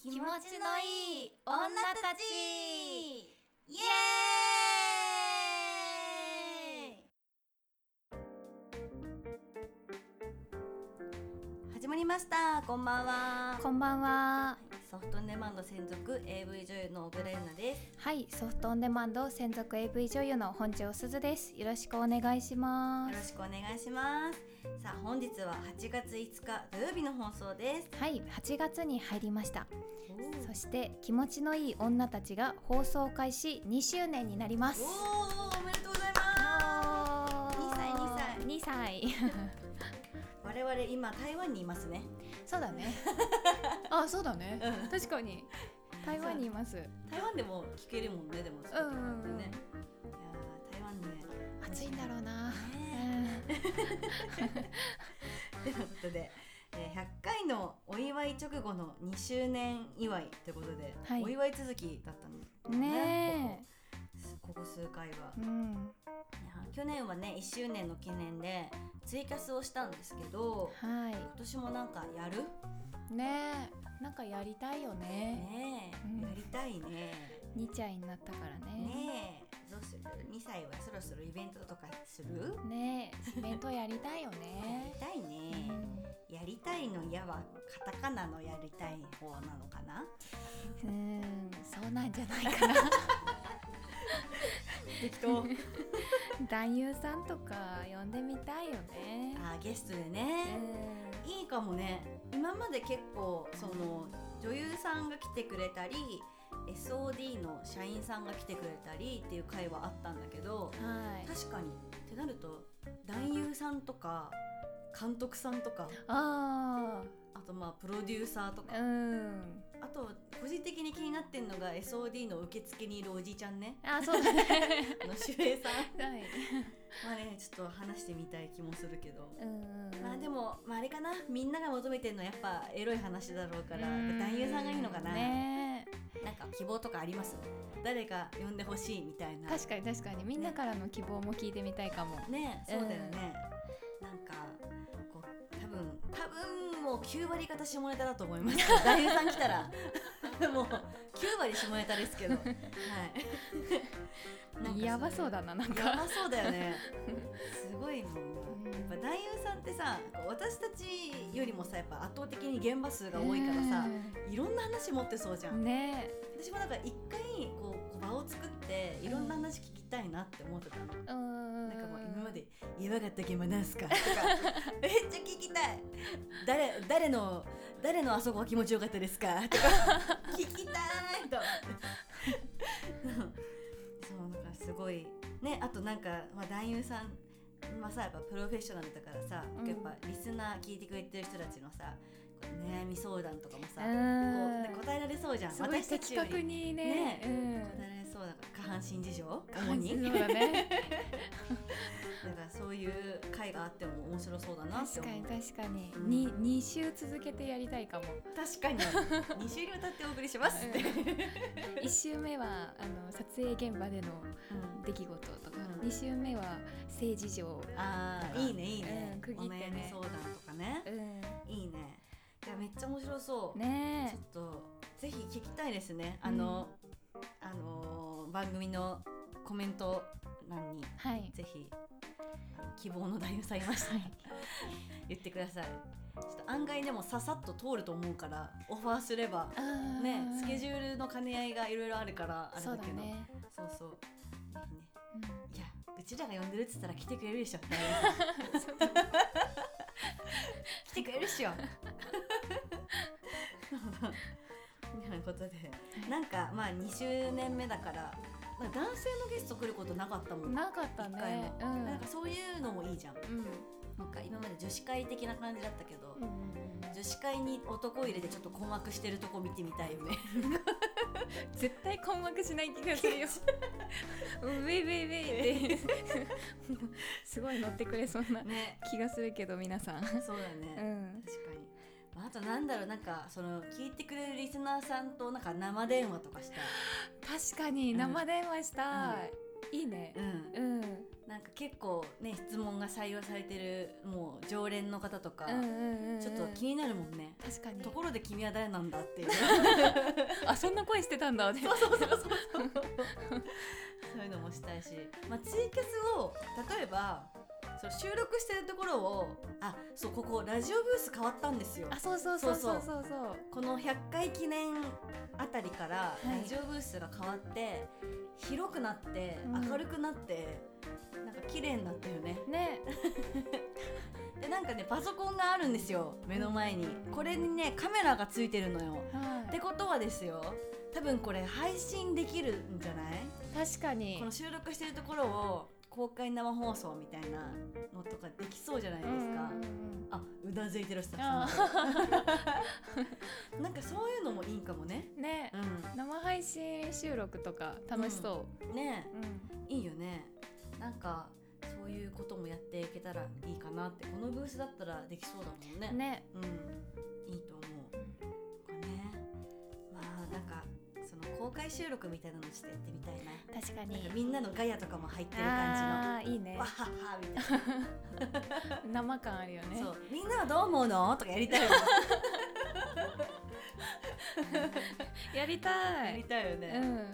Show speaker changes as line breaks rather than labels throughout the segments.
気持ちのいい女たちイエーイ
始まりましたこんばんは
こんばんは
ソフトオンデマンド専属 AV 女優の小倉優奈です
はいソフトオンデマンド専属 AV 女優の本庄すずですよろしくお願いしま
よろ
す
しくお願いしますさあ本日は8月5日土曜日の放送です
はい8月に入りましたそして気持ちのいい女たちが放送開始2周年になります
おーおめでとうございます
おー2歳2歳
我々今台湾にいますね
そうだね あそうだね
うん
確かに台湾にいます
台湾でも聞けるもんねでも
うんうんうん
ねいやー台湾ね
暑いんだろうな
ねということで、えー100回のお祝い直後の2周年祝いということで、
はい
お祝い続きだったんです
うんね
ここ数回は、
えうん
いや去年はね1周年の記念でツイキャスをしたんですけど
は
今年もなんかやる
いねえなんかやりたいよね
ねえ、
うん
やりたいね
2歳になったからね
ねえどうする2歳はそろそろイベントとかする、や
ねえイベントやりたいよ
り
ね
たいね、やりたいの「や」はカタカナの「やりたい」方なのかな
うんうんそうなんじゃないかな
適当
男優さんとか呼んでみたいよね
あーゲストでね、いいかもね今まで結構その女優さんが来てくれたり SOD の社員さんが来てくれたりっていう会はあったんだけど
うんはい
確かにってなると男優さんとか監督さんとか
あ
あとまあプロデューサーとか
あうん
あと個人的に気になってんのが SOD の受付にいるおじいちゃんね
あそうだね
あの守衛さん
はい
まあねちょっと話してみたい気もするけど
うんうん
まあでも、まあ、あれかなみんなが求めてるのはやっぱエロい話だろうから
うん
男優さんがいいのかな、
ねえ
なんか希望とかあります誰か呼んでほしいみたいな
確かに確かにみんなからの希望も聞いてみたいかも
ねそうだよね、なんかこう多分多分もう9割方下ネタだと思います 男優さん来たらもう9割下ネタですけどはい なんかれ
やばそうだななん
や
か
ばそうだよ ねすごいもう
うん
やっぱ男優さんってさこう私たちよりもさやっぱ圧倒的に現場数が多いからさ、いろんな話持ってそうじゃ
うん
ん、
ね
私もなんか一回こう場を作っていろんな話聞きたいなって思ってたの、
うん
なんかもう今まで「やばかったけどなんすか?」とかめっちゃ聞きたい誰誰の誰のあそこが気持ちよかったですかとか聞きたいと思ってそうだからすごいねあとなんか、まあ、男優さんまあさやっぱプロフェッショナルだからさ、
うん
やっぱリスナー聞いてくれてる人たちのさこう悩み相談とかもさ、こ
うん
うね答えられそうじゃん
すごい
私た
的
ちよ
確
り
に
ね
ねうん
答えられそうだから下半身事情主
感じ
に
そうだね
だからそういう会があっても面白そうだなって
確
思
かに
う
確かに
うん
に二週続けてやりたい かも
確かに2週にわたってお送りしますって、
うん一週目はあの撮影現場での出来事とか
うん
二週目は性事情
ああいいねいいね,、
うん区
お
切ってね
悩み相談とかね
うん
いいねいやめっちゃ面白そう、ち
ね
ょっとぜひ聞きたいですねあの、あのー番組のコメント欄に
はい
ぜひあの希望の男優さんいましたら言ってくださいちょっと案外でもささっと通ると思うからオファーすればね、スケジ
ュ
ュールの兼ね合いがいろいろあるからあれ
そう
だ
だ
けど
ね
そう,、そうぜひね
うん
いやうちらが呼んでるっつったら来てくれるで しょ来てくれるっしょみ たいなことでなんかまあ2周年目だからなんか男性のゲスト来ることなかったもん
なかった
一回
ね
も、
う
なんか
ん
そういうのもいいじゃん
うん
なんか今まで女子会的な感じだったけど、
うんうん
女子会に男入れてちょっと困惑してるとこ見てみたいよね
絶対困惑しない気がするようん ウェイウェイウェイって すごい乗ってくれそうな
ね
気がするけど皆さん、
そうだ
う
ね、
ん、
確かに、まあ、あとなんだろうなんかその聞いてくれるリスナーさんとなんか生電話とかしたい
確かに生電話したい、いいね
うん
うん
なんか結構ね質問が採用されてるもう常連の方とか、
うんうんうん
ちょっと気になるもんね、
確かに
ところで君は誰なんだっていう
あそんな声してたんだね
そうそうそうそうそういうのもしたいし、まあ、ツイキャスを例えばそう収録してるところをあそうここラジオブース変わったんですよ
あそうそうそうそうそうそう
この100回記念あたりから
い
ラジオブースが変わって、広くなって
うん
明るくなって、なんか綺麗になったよね
ね
でなんかねパソコンがあるんですよ目の前にこれにねカメラがついてるのよ
はい
ってことはですよ多分これ配信できるんじゃない
確かに
この収録してるところを公開生放送みたいなのとかできそうじゃないですか、
うんうん
あうなずいてるスタッフさん なんかそういうのもいいかも ね
うんね
う
生配信収録とか楽しそ
んね
う、うん
えいいよねなんかそういうこともやっていけたらいいかなってこのブースだったらできそうだもんね
ね
うん、いいと思う。なんかね、まあなんかその公開収録みたいなのちょっとやってみたいな。
確か
なんか
に
みんなのガヤとかも入ってる感
あーいい
じ
ね
の。わははみたい
生感あるよね
な。そう、みんなはどう思うのとかやりたいよね。
やりたい
たいよ
う。ん
うん、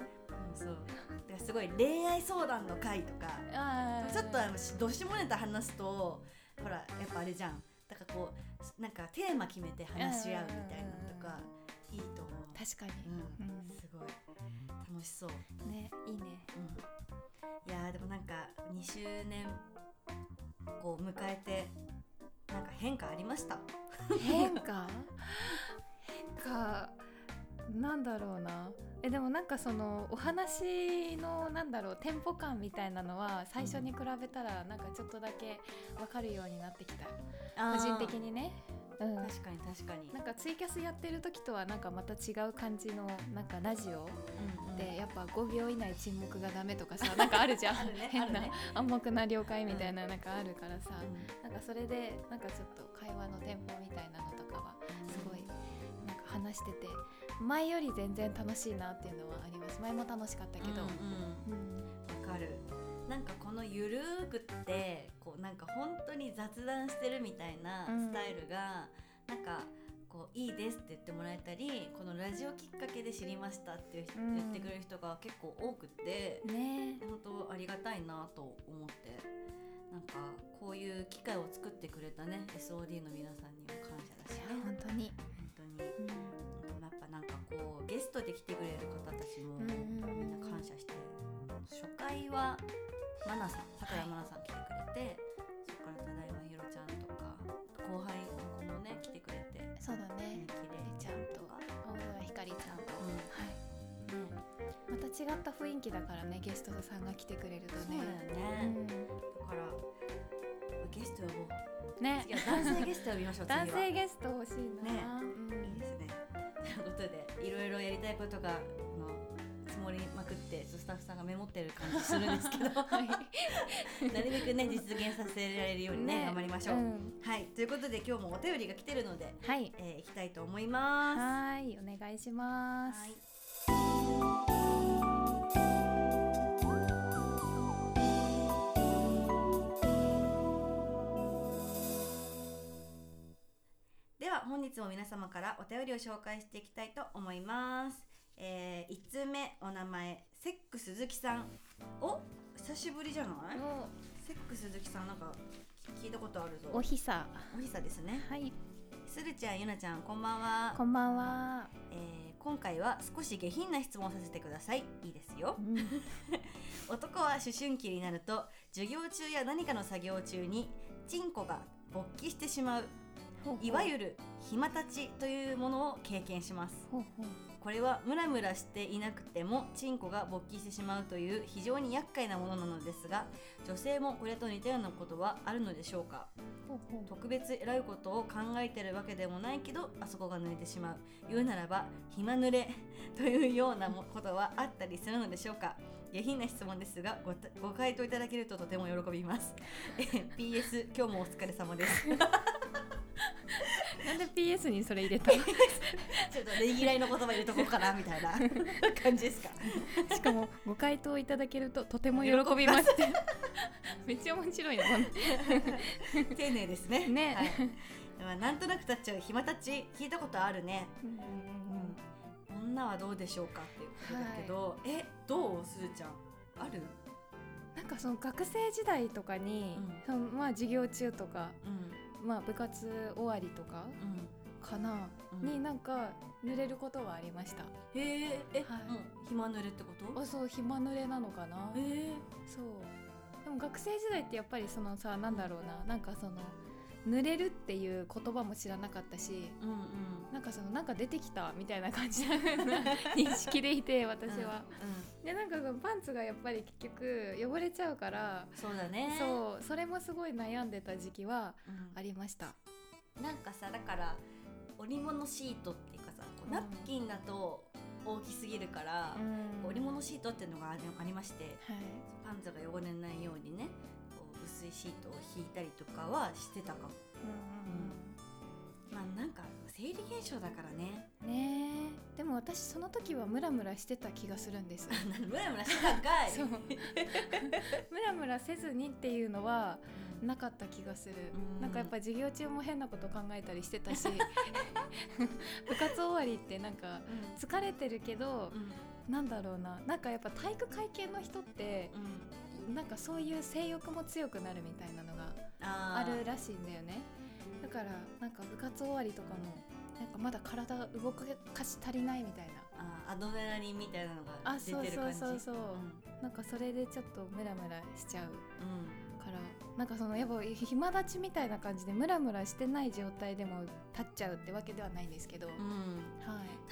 そう。だからすごい恋愛相談の会とか、
あー
ちょっとあのしどしもネタ話すと、ほらやっぱあれじゃん。だからこうなんかテーマ決めて話し合うみたいなのとかいいと思う。
確かに
う、
うんん
すごい楽しそう。
ねいいね
うん、いやーでもなんか2周年こう迎えてなんか変化ありました
変化変化なんだろうなえでもなんかそのお話のなんだろうテンポ感みたいなのは最初に比べたらなんかちょっとだけ分かるようになってきた個人的にねうん
確かに確かに
なんかツイキャスやってる時とはなんかまた違う感じのなんかラジオ
うんうん
でやっぱ5秒以内沈黙がダメとかさなんかあるじゃん
あるねあ
変
る
な
ね
暗黙な了解みたいななんかあるからさ
う
なんかそれでなんかちょっと会話のテンポみたいなのとかは
ん
すごいなんか話してて前より全然楽しいなっていうのはあります前も楽しかったけど、
うん
うん
うんわかるなんかこのゆるーくってこうなんか本当に雑談してるみたいな
うん
スタイルが、なんかこういいですって言ってもらえたりこのラジオきっかけで知りましたっていう人、
うん
言ってくれる人が結構多くて、
ねえ
本当ありがたいなと思ってなんかこういう機会を作ってくれたね SOD の皆さんにも感謝だし
いや
ね
本当
本
に、
当にうんやっぱなんかこうゲストで来てくれる方たちも
うんうんうん
みんな感謝してる初回はマナさんさくらまなさん来てくれて、そこからただいまひろちゃんとか後輩の子もね来てくれて
そうだ
きれ
ね
いちゃんとか
青空ひかりちゃんと、
うん
は
ね
い、また違った雰囲気だからねゲストさんが来てくれると
そうだ
ね
よ
う
ね、
ん
だからゲスト呼ぼう
ね
次は 男性ゲスト呼びましょう次は
男性ゲスト欲しいな、
ね
うん
いいですね。ということでいろいろやりたいことがあの積もりまくってちょっとスタッフさんがメモってる感じするんですけ ど
はい
なるべくね実現させられるようにね頑張りましょう。
ん
はいということで今日もお便りが来てるので、
はい
えー、いきたいと思いま
はーいお願いします
す。はいでは本日も皆様からお便りを紹介していきたいと思います。えー、1通目お名前セック鈴木さんお久しぶりじゃないセック鈴木さんなんか聞いたことあるぞ
おおひさ
おひさですね
はい
するちゃんゆなちゃんこんばんは
こんばんは、
えー今回は少し下品な質問をさせてくださいいいですよ男は思春期になると授業中や何かの作業中にチンコが勃起してしまういわ
る
ゆる暇たちというものを経験します
ほうほう
これはムラムラしていなくてもチンコが勃起してしまうという非常に厄介なものなのですが女性もこれと似たようなことはあるのでしょうか
ほうほう
特別偉いことを考えてるわけでもないけどあそこが濡れてしまう言うならば暇濡れ というようなもことはあったりするのでしょうか下品な質問ですがごたご回答いただけるととても喜びます PS 今日もお疲れ様です
なんで PS にそれ入れた し
ちょっとねぎらいの言葉入れとこうかなみたいな 感じですか
かもご回答いただけるととても喜びますってめっちゃ面白いなこの
丁寧ですね
ね
はいまあ、なんとなく立っちゃう暇たち聞いたことあるねうん女はどうでしょうかっていうことだけど、えどうすずちゃんある、
なんかその学生時代とかに、
うん
そのまあ授業中とか、
うん
まあ、部活終わりとかかな、
うん
になんか濡れることはありました
へええ、
はい
うん暇濡れってこと
あそう暇濡れなのかな
へえ
そうでも学生時代ってやっぱりそのさなんだろうななんかその濡れるっていう言葉も知らなかったし
うんうん
なんかそのなんか出てきたみたいな感じな認識でいて私
う
は、、
んうん
でなんかパンツがやっぱり結局汚れちゃうから、
そうだね
そうそれもすごい悩んでた時期は
うん、
ありました
なんかさだから織物シートっていうかさこ
うん
うナプキンだと大きすぎるから、
うん
織物シートっていうのがありありまして
はい
パンツが汚れないようにねこう薄いシートを引いたりとかはしてたかもまあなんか生理現象だからね
ねえでも私その時はムラムラしてた気がするんです
ムラムラしてたんかい
そうムラムラせずにっていうのはなかった気がする、
うん
なんかやっぱ授業中も変なこと考えたりしてたし部活終わりってなんか
うん
疲れてるけど
うん
なんだろうななんかやっぱ体育会系の人って
うん
なんかそういう性欲も強くなるみたいなのが
あ
あ
ー
るらしいんだよねだからなんか部活終わりとかもなんかまだ体が動かし足りないみたい
あーアドレナリンみたいなのが
なあ
出
そう
てる
そう
感じ
そうそう、
うん
なんかそれでちょっとムラムラしちゃう
うん
からなんかそのやっぱ暇立ちみたいな感じでムラムラしてない状態でも立っちゃうってわけではないんですけど、はい
うん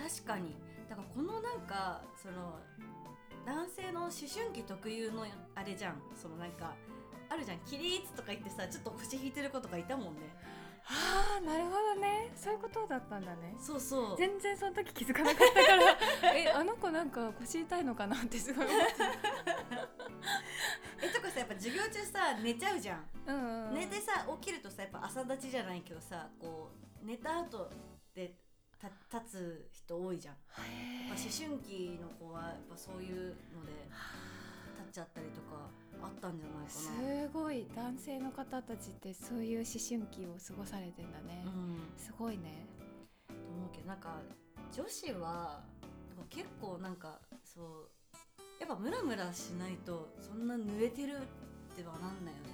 確かにだからこのなんかその男性の思春期特有のあれじゃんそのなんかあるじゃん起立とか言ってさちょっと腰引いてる子とかいたもんね
あーなるほどねそういうことだったんだね
そうそう
全然その時気づかなかったか らえあの子なんか腰痛いのかなってすごい思って
えとかさやっぱ授業中さ寝ちゃうじゃん、
うんうん
寝てさ起きるとさやっぱ朝立ちじゃないけどさこう寝た後でた立つ人多いじゃんやっぱ思春期の子はやっぱそういうので立っちゃったりとかあったんじゃない
す
かな
ごい男性の方たちってそういう思春期を過ごされてんだね、
うん
すごいね
と思うけどなんか女子は結構なんかそうやっぱムラムラしないとそんな濡れてるってはなんないよね、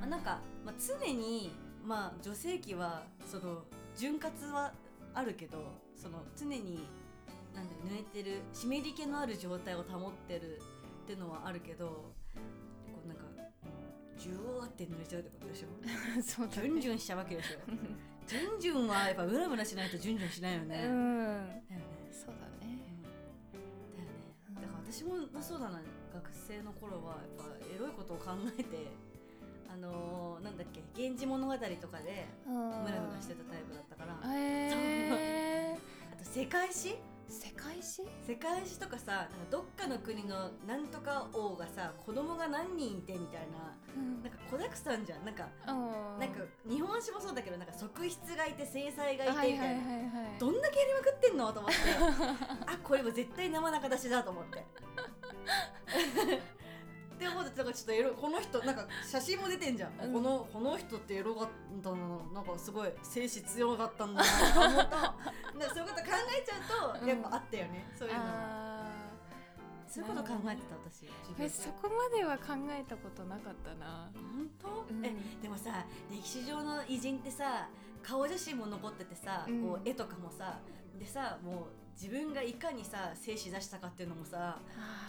まあなんか、まあ、常に、まあ、女性器はその潤滑はあるけどその常になんだろう濡れてる湿り気のある状態を保ってるってのはあるけどこうなんかジュワーって濡れちゃうってことでしょ
そう
ジ
だ
ュン
ね
ジュンしちゃうわけでしょジュンジュンはやっぱムラムラしないとジュンジュンしないよ
う
ね、
ん
だよね。
そうだ
う
ね
んだよね。だから私もそうだな学生の頃はやっぱエロいことを考えてあのー、なんだっけ「源氏物語」とかでムラムラしてたタイプだったからあ
えー、
と世界史
世界史
世界史とかさなんかどっかの国のなんとか王がさ子供が何人いてみたいな
うん
なんか子だくさんじゃんなんか
あー
なんか日本史もそうだけどなんか側室がいて正妻がいてみ
は
たい
い
な、
はいはいはい
どんだけやりまくってんのと思って あこれは絶対生中出しだと思って。 って思ってたからちょっとエロこの人なんか写真も出てんじゃん、
うん
このこの人ってエロかったななんかすごい精子強かったんだなと思 ったなんかそういうこと考えちゃうとやっぱあったよね、そういうのは
あ
そういうこと考えてた私授
ー
業
え
中
そこまでは考えたことなかったな、
本当、
うん
えでもさ歴史上の偉人ってさ顔写真も残っててさ、
うん
こう絵とかもさでさもう自分がいかにさ精子出したかっていうのもさ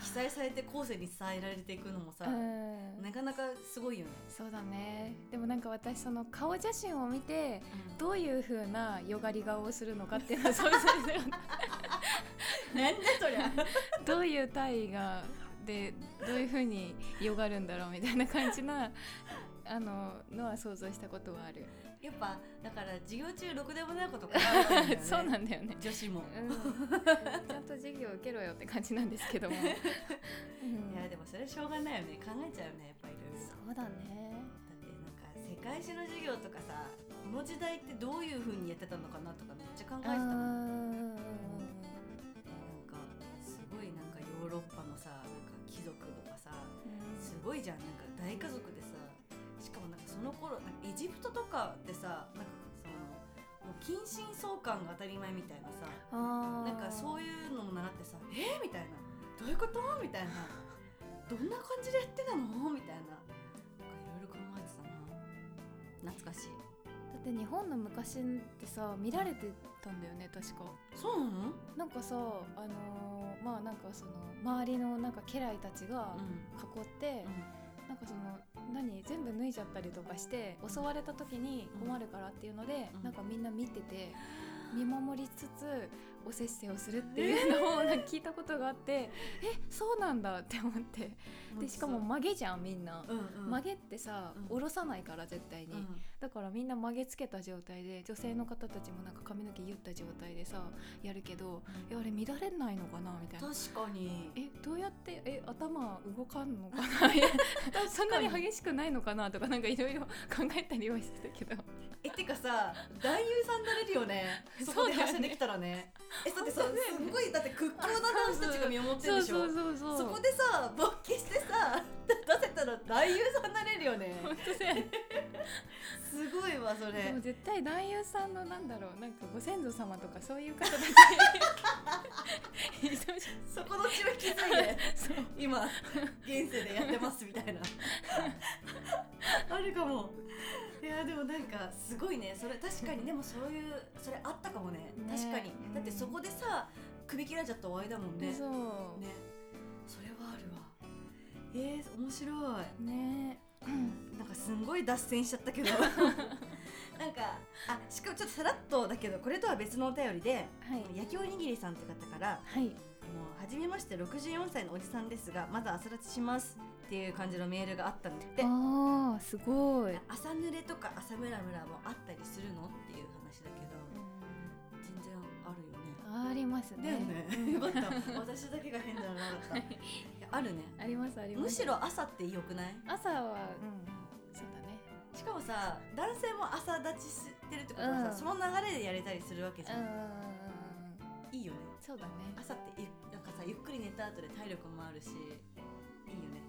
記載されて後世に伝えられていくのもさ、
うん
なかなかすごいよね。
そうだねでもなんか私その顔写真を見てどういう風なよがり顔をするのかっていうのは想像しなか っ
なんだそりゃ
たどういう体位がでどういう風によがるんだろうみたいな感じなあののは想像したことはある、
やっぱだから授業中ろくでもないこと考えてるんだよね
そうなんだよね、
女子も、
うん、 ちゃんと授業受けろよって感じなんですけ ども、うん
いやでもそれはしょうがないよね考えちゃうよねやっぱいろいろ。
そうだね
だってなんか世界史の授業とかさこの時代ってどういう風にやってたのかなとかめっちゃ考えてたもん
うん
なんかすごいなんかヨーロッパのさなんか貴族とかさすごいじゃんなんか大家族でさしかもなんかその頃なんかエジプトとかってさなんかそのもう近親相関が当たり前みたいなさ
あ
なんかそう
いう
いうのも習ってさ「えーみたいな「どういうこと?」みたいな「どんな感じでやってたの?」みたいななんかいろいろ考えてたな懐かしい
だって日本の昔ってさ見られてたんだよね確か
そうなの
なんかさあのーまあなんかその周りのなんか家来たちが
うん
囲って、なんかその何全部脱いじゃったりとかして襲われた時に困るからっていうので、
うん
なんかみんな見て て見守りつつおせっせをするっていうのをなんか聞いたことがあって、えそうなんだって思ってでしかも曲げじゃんみんな、
うんうん
曲げってさ
うん
下ろさないから絶対に、
うん
だからみんな曲げつけた状態で女性の方たちもなんか髪の毛ゆった状態でさやるけどえあれ乱れないのかなみたいな。
確かに
えどうやってえ頭動かんのかないやそんなに激しくないのかなとかなんかいろいろ 考えたりはしてたけど
えってかさ男優さんになれるよ ねそこで発射できたらねえだってさすっごいだって屈強な男子たちが見守ってる
そう
でしょ
そうそうそう
そこでさ勃起してさ出せたら男優さんになれるよね
本当だよね
すごいわそ
で
れ
も絶対男優さんのなんだろうなんかご先祖様とかそうい う方たち
そこの血を引き継いで
そう
今現世でやってますみたいなあるかもいやでもなんかすごいねそれ確かにでもそういうそれあったかもね
ね
確かに
うん
だってそこでさ首切られちゃった終わりだもんねね
そう
それはあるわえー、面白い
ね
なんかすんごい脱線しちゃった けどなんかあしかもちょっとさらっとだけどこれとは別のお便りで
はい
焼きおにぎりさんって方からあ
はい
の「はじめまして64歳のおじさんですがまだ朝立ちします」っていう感じのメールがあったので
ああすごい、
朝濡れとか朝ムラムラもあったりするのっていう話だけど全然あるよね。
ありますね
よかった私だけが変じゃなかったいやあるね
ありますあります
むしろ朝って良くない
朝はうんそうだね
しかもさ男性も朝立ちしてるってことはさ、
うん
その流れでやれたりするわけじゃん、
う
いいよね
んそうだね
朝ってゆなんかさゆっくり寝た後で体力もあるしいいよね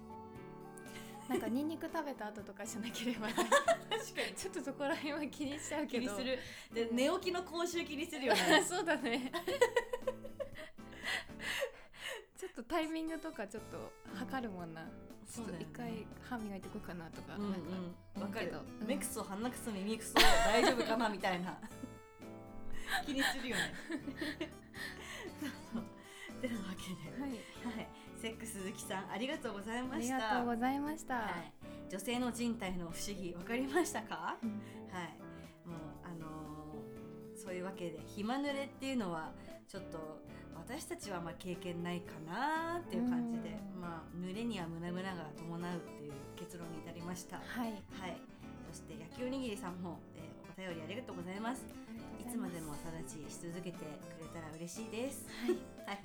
なんかニンニク食べた後とかじゃなければね
確かに
ちょっとそこら辺は気にしちゃう
気
け
に
ど
するで寝起きの口臭気にするよね
そうだねちょっとタイミングとかちょっと測るもんな、ちょっと一回歯磨いてこうかなとか,、
うん
なんか
うんわかる
思うけど
目くそ鼻くそ耳くそ大丈夫かなみたい な気にするよね そうそうてなわけで、
はい
はい、セックス鈴木さんありがとうござい
あ
ま
り
した
がとうございました、
はい、女性の人体の不思議わかりましたか
うん
はいもうあのーそういうわけで暇濡れっていうのはちょっと私たちはあんま経験ないかなっていう感じで
うん
まあ濡れにはムラムラが伴うっていう結論に至りましたはい
はい
そして焼きおにぎりさんも、えーお便りありがとうございますいつまでも朝立ちし続けてくれたら嬉しいです
はい
はい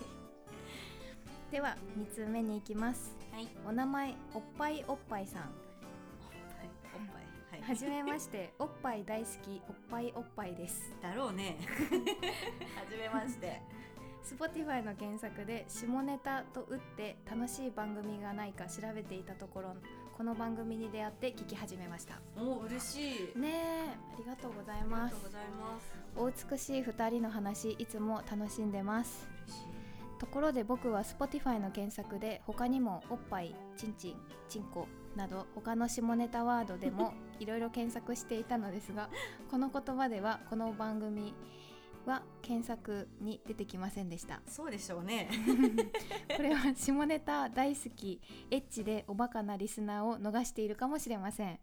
では二通目に行きます
はい
お名前おっぱいおっぱいさん
おっぱいおっぱいは
はいじめま して、おっぱい大好き、おっぱいおっぱいです。
だろうね はじめまして
Spotify の検索で下ネタと打って楽しい番組がないか調べていたところ、この番組に出会って聞き始めました。
お嬉しい
ねえ、ありがとうござい
ありが
ま
と
す
う。ございます
お美しい二人の話、いつも楽しんでます。
嬉しい
ところで僕は Spotify の検索で他にもおっぱい、ちんちん、ちんこなど他の下ネタワードでもいろいろ検索していたのですがこの言葉ではこの番組は検索に出てきませんでした
そうでしょうね
これは下ネタ大好きエッチでおバカなリスナーを逃しているかもしれません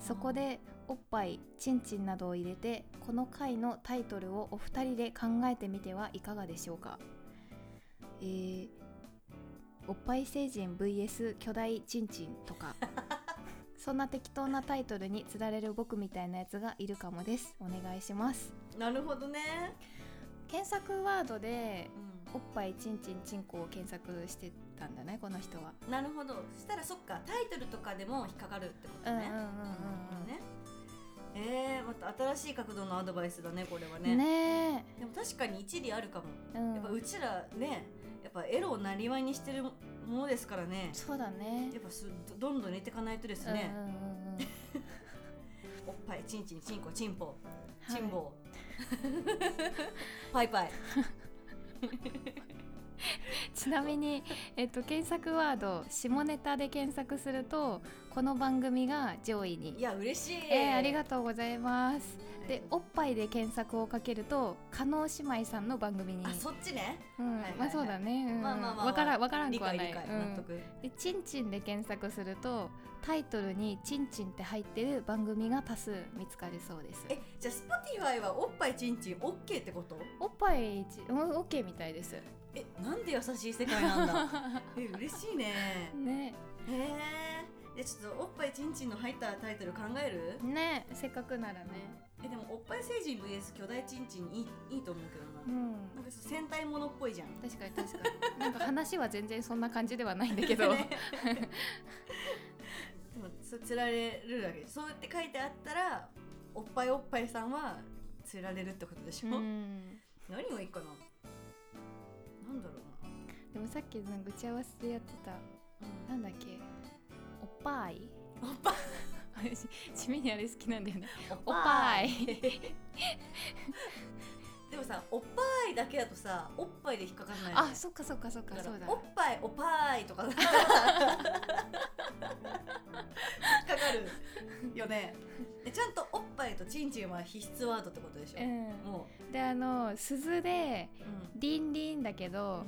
そこでおっぱいちんちんなどを入れてこの回のタイトルをお二人で考えてみてはいかがでしょうかえーおっぱい星人 VS 巨大ちんちんと かそんな適当なタイトルにつられる僕みたいなやつがいるかもですお願いします
なるほどね、
検索ワードで
う
おっぱいちんちんちんこを検索してたんだねこの人は。
ん、なるほどそしたらそっかタイトルとかでも引っかかるってこ
う
と
んうんうん
ね、
うんうん
ねえー、また新しい角度のアドバイスだねこれはね
ね
でも確かに一理あるかも、
え、うん
やっぱうちらねやっぱエロをなりわいにしてるものですからね
そうだね
やっぱすどどんどん入れていかないとですね
う、んうんうんうん
おっぱいちんちんちんこちんぽ
はい
ちんぼ パイパイ
ちなみに、えっと、検索ワード「下ネタ」で検索するとこの番組が上位
い
に。
や嬉しい、
えー、ありがとうございます。で「お
お
っぱい」で検索をかけると加納姉妹さんの番組に
あそっちね
うん
はいはいはい
まあそうだね、うん
まあまあまあまあ
わからんわからん
理
くは
解
ない
理解、
うん
納得
で「ちんちん」で検索するとタイトルに「ちんちん」って入ってる番組が多数見つかりそうです
えじゃあ Spotify はおっぱいちんちん OK ってこと
おっぱいちうん OK みたい です
えなんで優しい世界なん だえ嬉しいね
ね
へえでちょっとおっぱいちんちんの入ったタイトル考える
ねせっかくならね
えでもおっぱい成人 VS 巨大ちんちんいいいいと思うけどな、
うん
なんかちょっと戦隊ものっぽいじゃん
確かに確かになんか話は全然そんな感じではないんだけど、
ねでもそ釣られるだけそうやって書いてあったらおっぱいおっぱいさんは釣られるってことでし
う
ょ、
ん
何がいいかななんだろうな
でもさっきなんか打ち合わせでやってたなんだっけおっぱい
おっぱ い
私地味にあれ好きなんだよね
おっ
おっぱい
でもさおっぱいだけだとさおっぱいで引っかかんないよね
あそっかそっかそっか
だか
そう
ら
だ
おっぱいおっぱいと か引っかかるよねでちゃんとおっぱいとチンチンは必須ワードってことでしょ、
う
も
んであの鈴で
う、うん
リンリンだけ
う
ど
ん、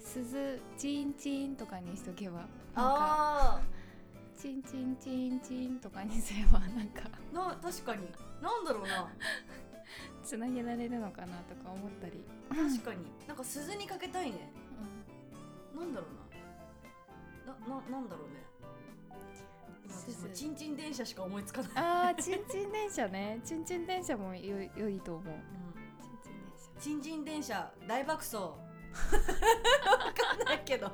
鈴チンチンとかにしとけばなんか
あ
チンチンチンチンとかにすれば なんか
ーな確かになんだろうな
つなげられるのかなとか思ったり、
確かになんか鈴にかけたいねなんだろうななななんだろうね今私も
鈴
チンチン電車しか思いつかない、
あーチンチン電車ねチンチン電車もよ良いと思う
うん
チ
チン
ンチン電車
チン電車大爆走わかんないけど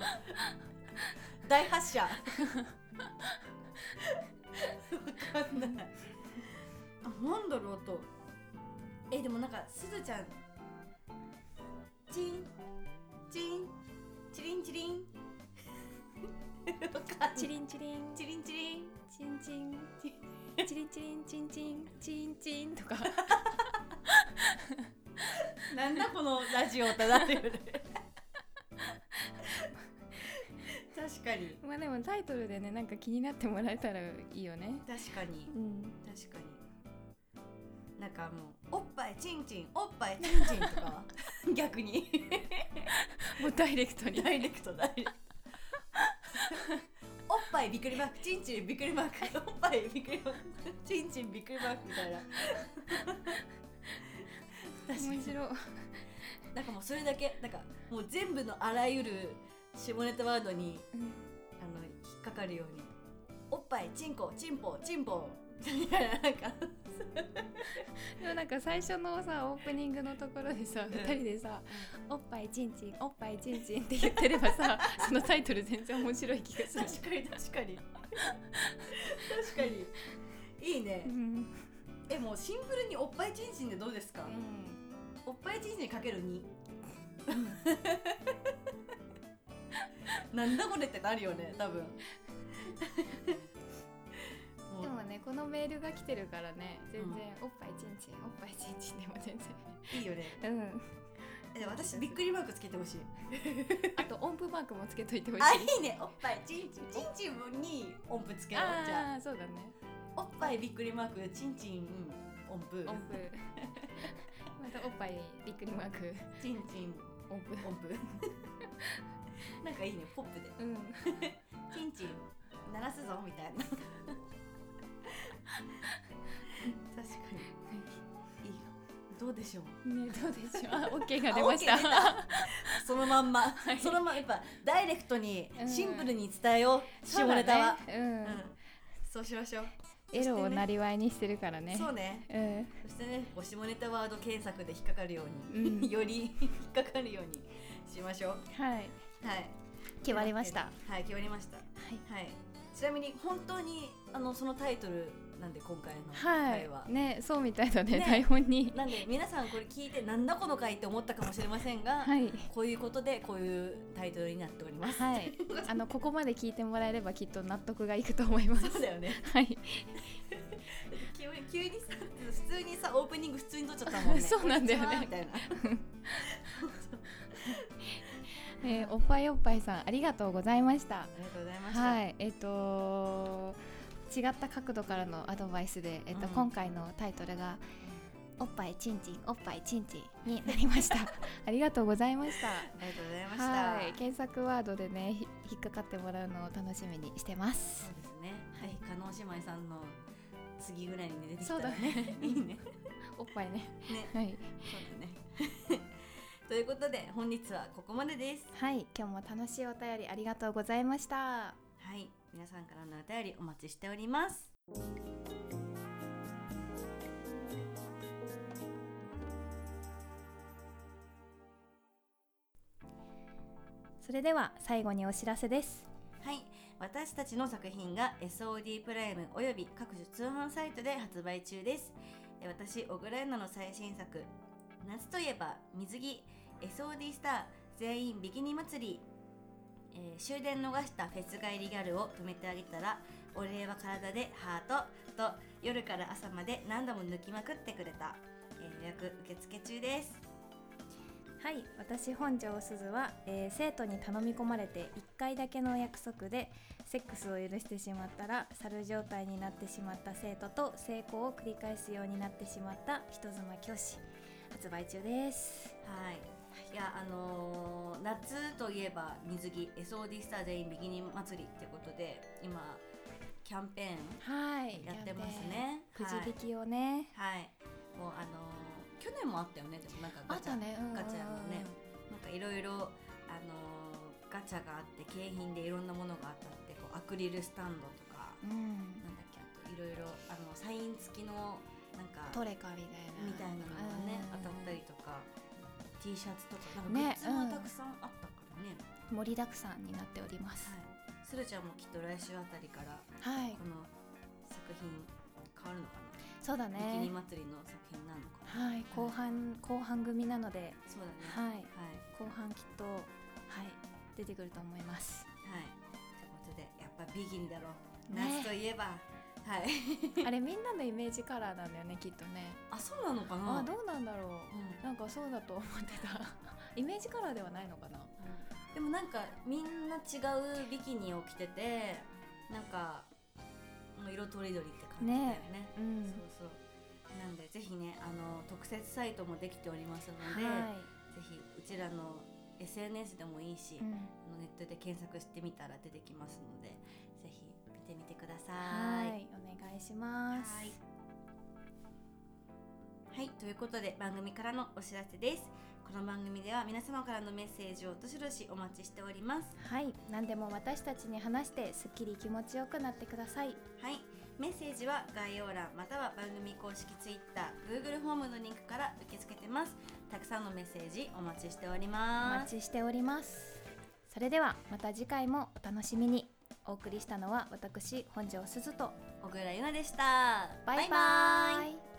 大発車わかんないあなんだろうとえでもなんかすずちゃんチンチンチリンチリンわかんない
チリンチリン
チリンチリン
チンチンチリンチリンチンチンチンチンとか
なんだこのラジオってなってるよね確かに
まあでもタイトルでねなんか気になってもらえたらいいよね
確かに
うん
確かになんかもうおっぱいチンチンおっぱいチンチンとか は逆に
もうダイレクトに
ダイレクトダイレクトおっぱいびっくりマークチンチンびっくりマークおっぱいびっくりマークチンチンびっくりマークみたいな
面
確か
白い
になんかもうそれだけなんかもう全部のあらゆる下ネタワードに
うん
あの引っかかるようにおっぱいチンコチンポチン ポみたいななんか
でもなんか最初のさオープニングのところでさ
ん
二人でさ「おっぱいちんちんおっぱいちんちん」って言ってれば さそのタイトル全然面白い気がする
確かに確かに確かにいいね
うん
えもうシンプルにおっぱいチンチンでどうですか、
うん
おっぱいチンチンかける2なんだこれってなるよね多分もう
でもねこのメールが来てるからね全然「おっぱいちんちんおっぱいちんちん」でも全然
いいよね
うん
え私びっくりマークつけてほしい
あと音符マークもつけといてほしい
あいいねおっぱいチンチンチンチンに音符つけようじゃあ
あーそうだね
おっぱいびっくりマークチンチン音符
音符またおっぱいびっくりマーク
チンチン
音符
音符 なんかいいねポップで
うん
チンチン鳴らすぞみたいな確かにいいよどうでしょう
ねどうでしょうあ OK が
あ
出ました
OK 出た そのまんま、
い
そのまんまやっぱダイレクトに
うん
シンプルに伝えよう、
そ
下
うだ
ネタは、
ねうん
うん、そうしましょう、
エロを
ね
なりわいにしてるからね
そうね
う
そ
ん
してねこう下ネタワード検索で引っかかるように、
う ん
より引っかかるようにしましょう
はい
はい
決まりましたは
はい決まりました
い
はい、ちなみに本当にあのそのタイトルなんで今回の
はい
会は、
ねそうみたいだね
ね
台本に
なんで皆さんこれ聞いてなんだこの回って思ったかもしれませんが、
はい
こういうことでこういうタイトルになっており ます。
はいあのここまで聞いてもらえればきっと納得がいくと思います
そうだよね。
はい
急に急にさ普通にさオープニング普通に撮っちゃったもんね。
そうなんだよね
こんにちはみたい
えーおっぱいおっぱいさんありがとうございました
な。ありがとうございました。
はいえっ、と違った角度からのアドバイスで、えっと
うん
今回のタイトルが「おっぱいちんちんおっぱいちんちん」になりました ありがとうございました
ありがとうございました。
はい検索ワードでねひ引っかかってもらうのを楽しみにしてま
そ
す
うですね。
は
はいい、加納姉妹さんの次ぐらいに出てきた
そう
ら
だね
いいね。
おっぱいね
ね、
はい、
そうだね。 ということで本日はここまでです。
はい、今日も楽しいお便りありがとうございました
はい、皆さんからのお便りお待ちしております。
それでは最後にお知らせです
はい、私たちの作品が SOD プライムおよび各種通販サイトで発売中です。え私、小倉優奈の最新作、夏といえば水着、SOD スター全員ビキニ祭り、えー終電逃したフェス帰りギャルを止めてあげたら、お礼は体でハートと夜から朝まで何度も抜きまくってくれた、えー予約受付中です。
はい私本庄すずは、えー生徒に頼み込まれて1回だけのお約束でセックスを許してしまったら猿状態になってしまった生徒と成功を繰り返すようになってしまった人妻教師発売中です
はい。いやあのー夏といえば水着 SOD スター全員ビキニ祭りってことで今キャンペー
はい
ンやってますね。
く
は
じ
い
引きをね、
はい。もうあのー去年もあったよね。でもなんかガチャ、
ね
ガチャのねなんかいろいろあのーガチャがあって景品でいろんなものがあったってこうアクリルスタンドとか
うんう
な
ん
んだっけあといろいろあのサイン付きのなんか
トレカみたいな
みたいなのがね
うん
当たったりとか T シャツとかなん
ね
かグッズもた
うん
くさんあったからね、
盛りだくさんになっております
はい、スルちゃんもきっと来週あたりからこ
はい、
の作品変わるのかな、
そうだね
ビキニ祭りの作品なのかな
はい後半後半組なので
そうだね
はい
はい、
後半きっとはい出てくると思います
はい、ということでやっぱビギンだろう、
ね
夏といえばはい
あれみんなのイメージカラーなんだよねきっとね、
あそうなのかな
あどうなんだろ
うん
うなんかそうだと思ってた イメージカラーではないのかな
でもなんかみんな違うビキニを着ててなんかもう色とりどりって感じだよ
ね
ね
う
そうんそうなんでぜひねあの特設サイトもできておりますので、
は
ぜひうちらの SNS でもいいし、
い、うん
あのネットで検索してみたら出てきますのでぜひ見てみてください。
はいお願いします
はいはいということで番組からのお知らせです。この番組では皆様からのメッセージをどしどしお待ちしております。
はい何でも私たちに話してすっきり気持ちよくなってください
はい、メッセージは概要欄または番組公式 TwitterGoogle ホームのリンクから受け付けてますたくさんのメッセージお待ちしており
お
ま
待
す
ちしておりますそれではまた次回もお楽しみにお送りしたのは私本庄すずと
小倉優奈でした
バイバ
バイバーイ
イ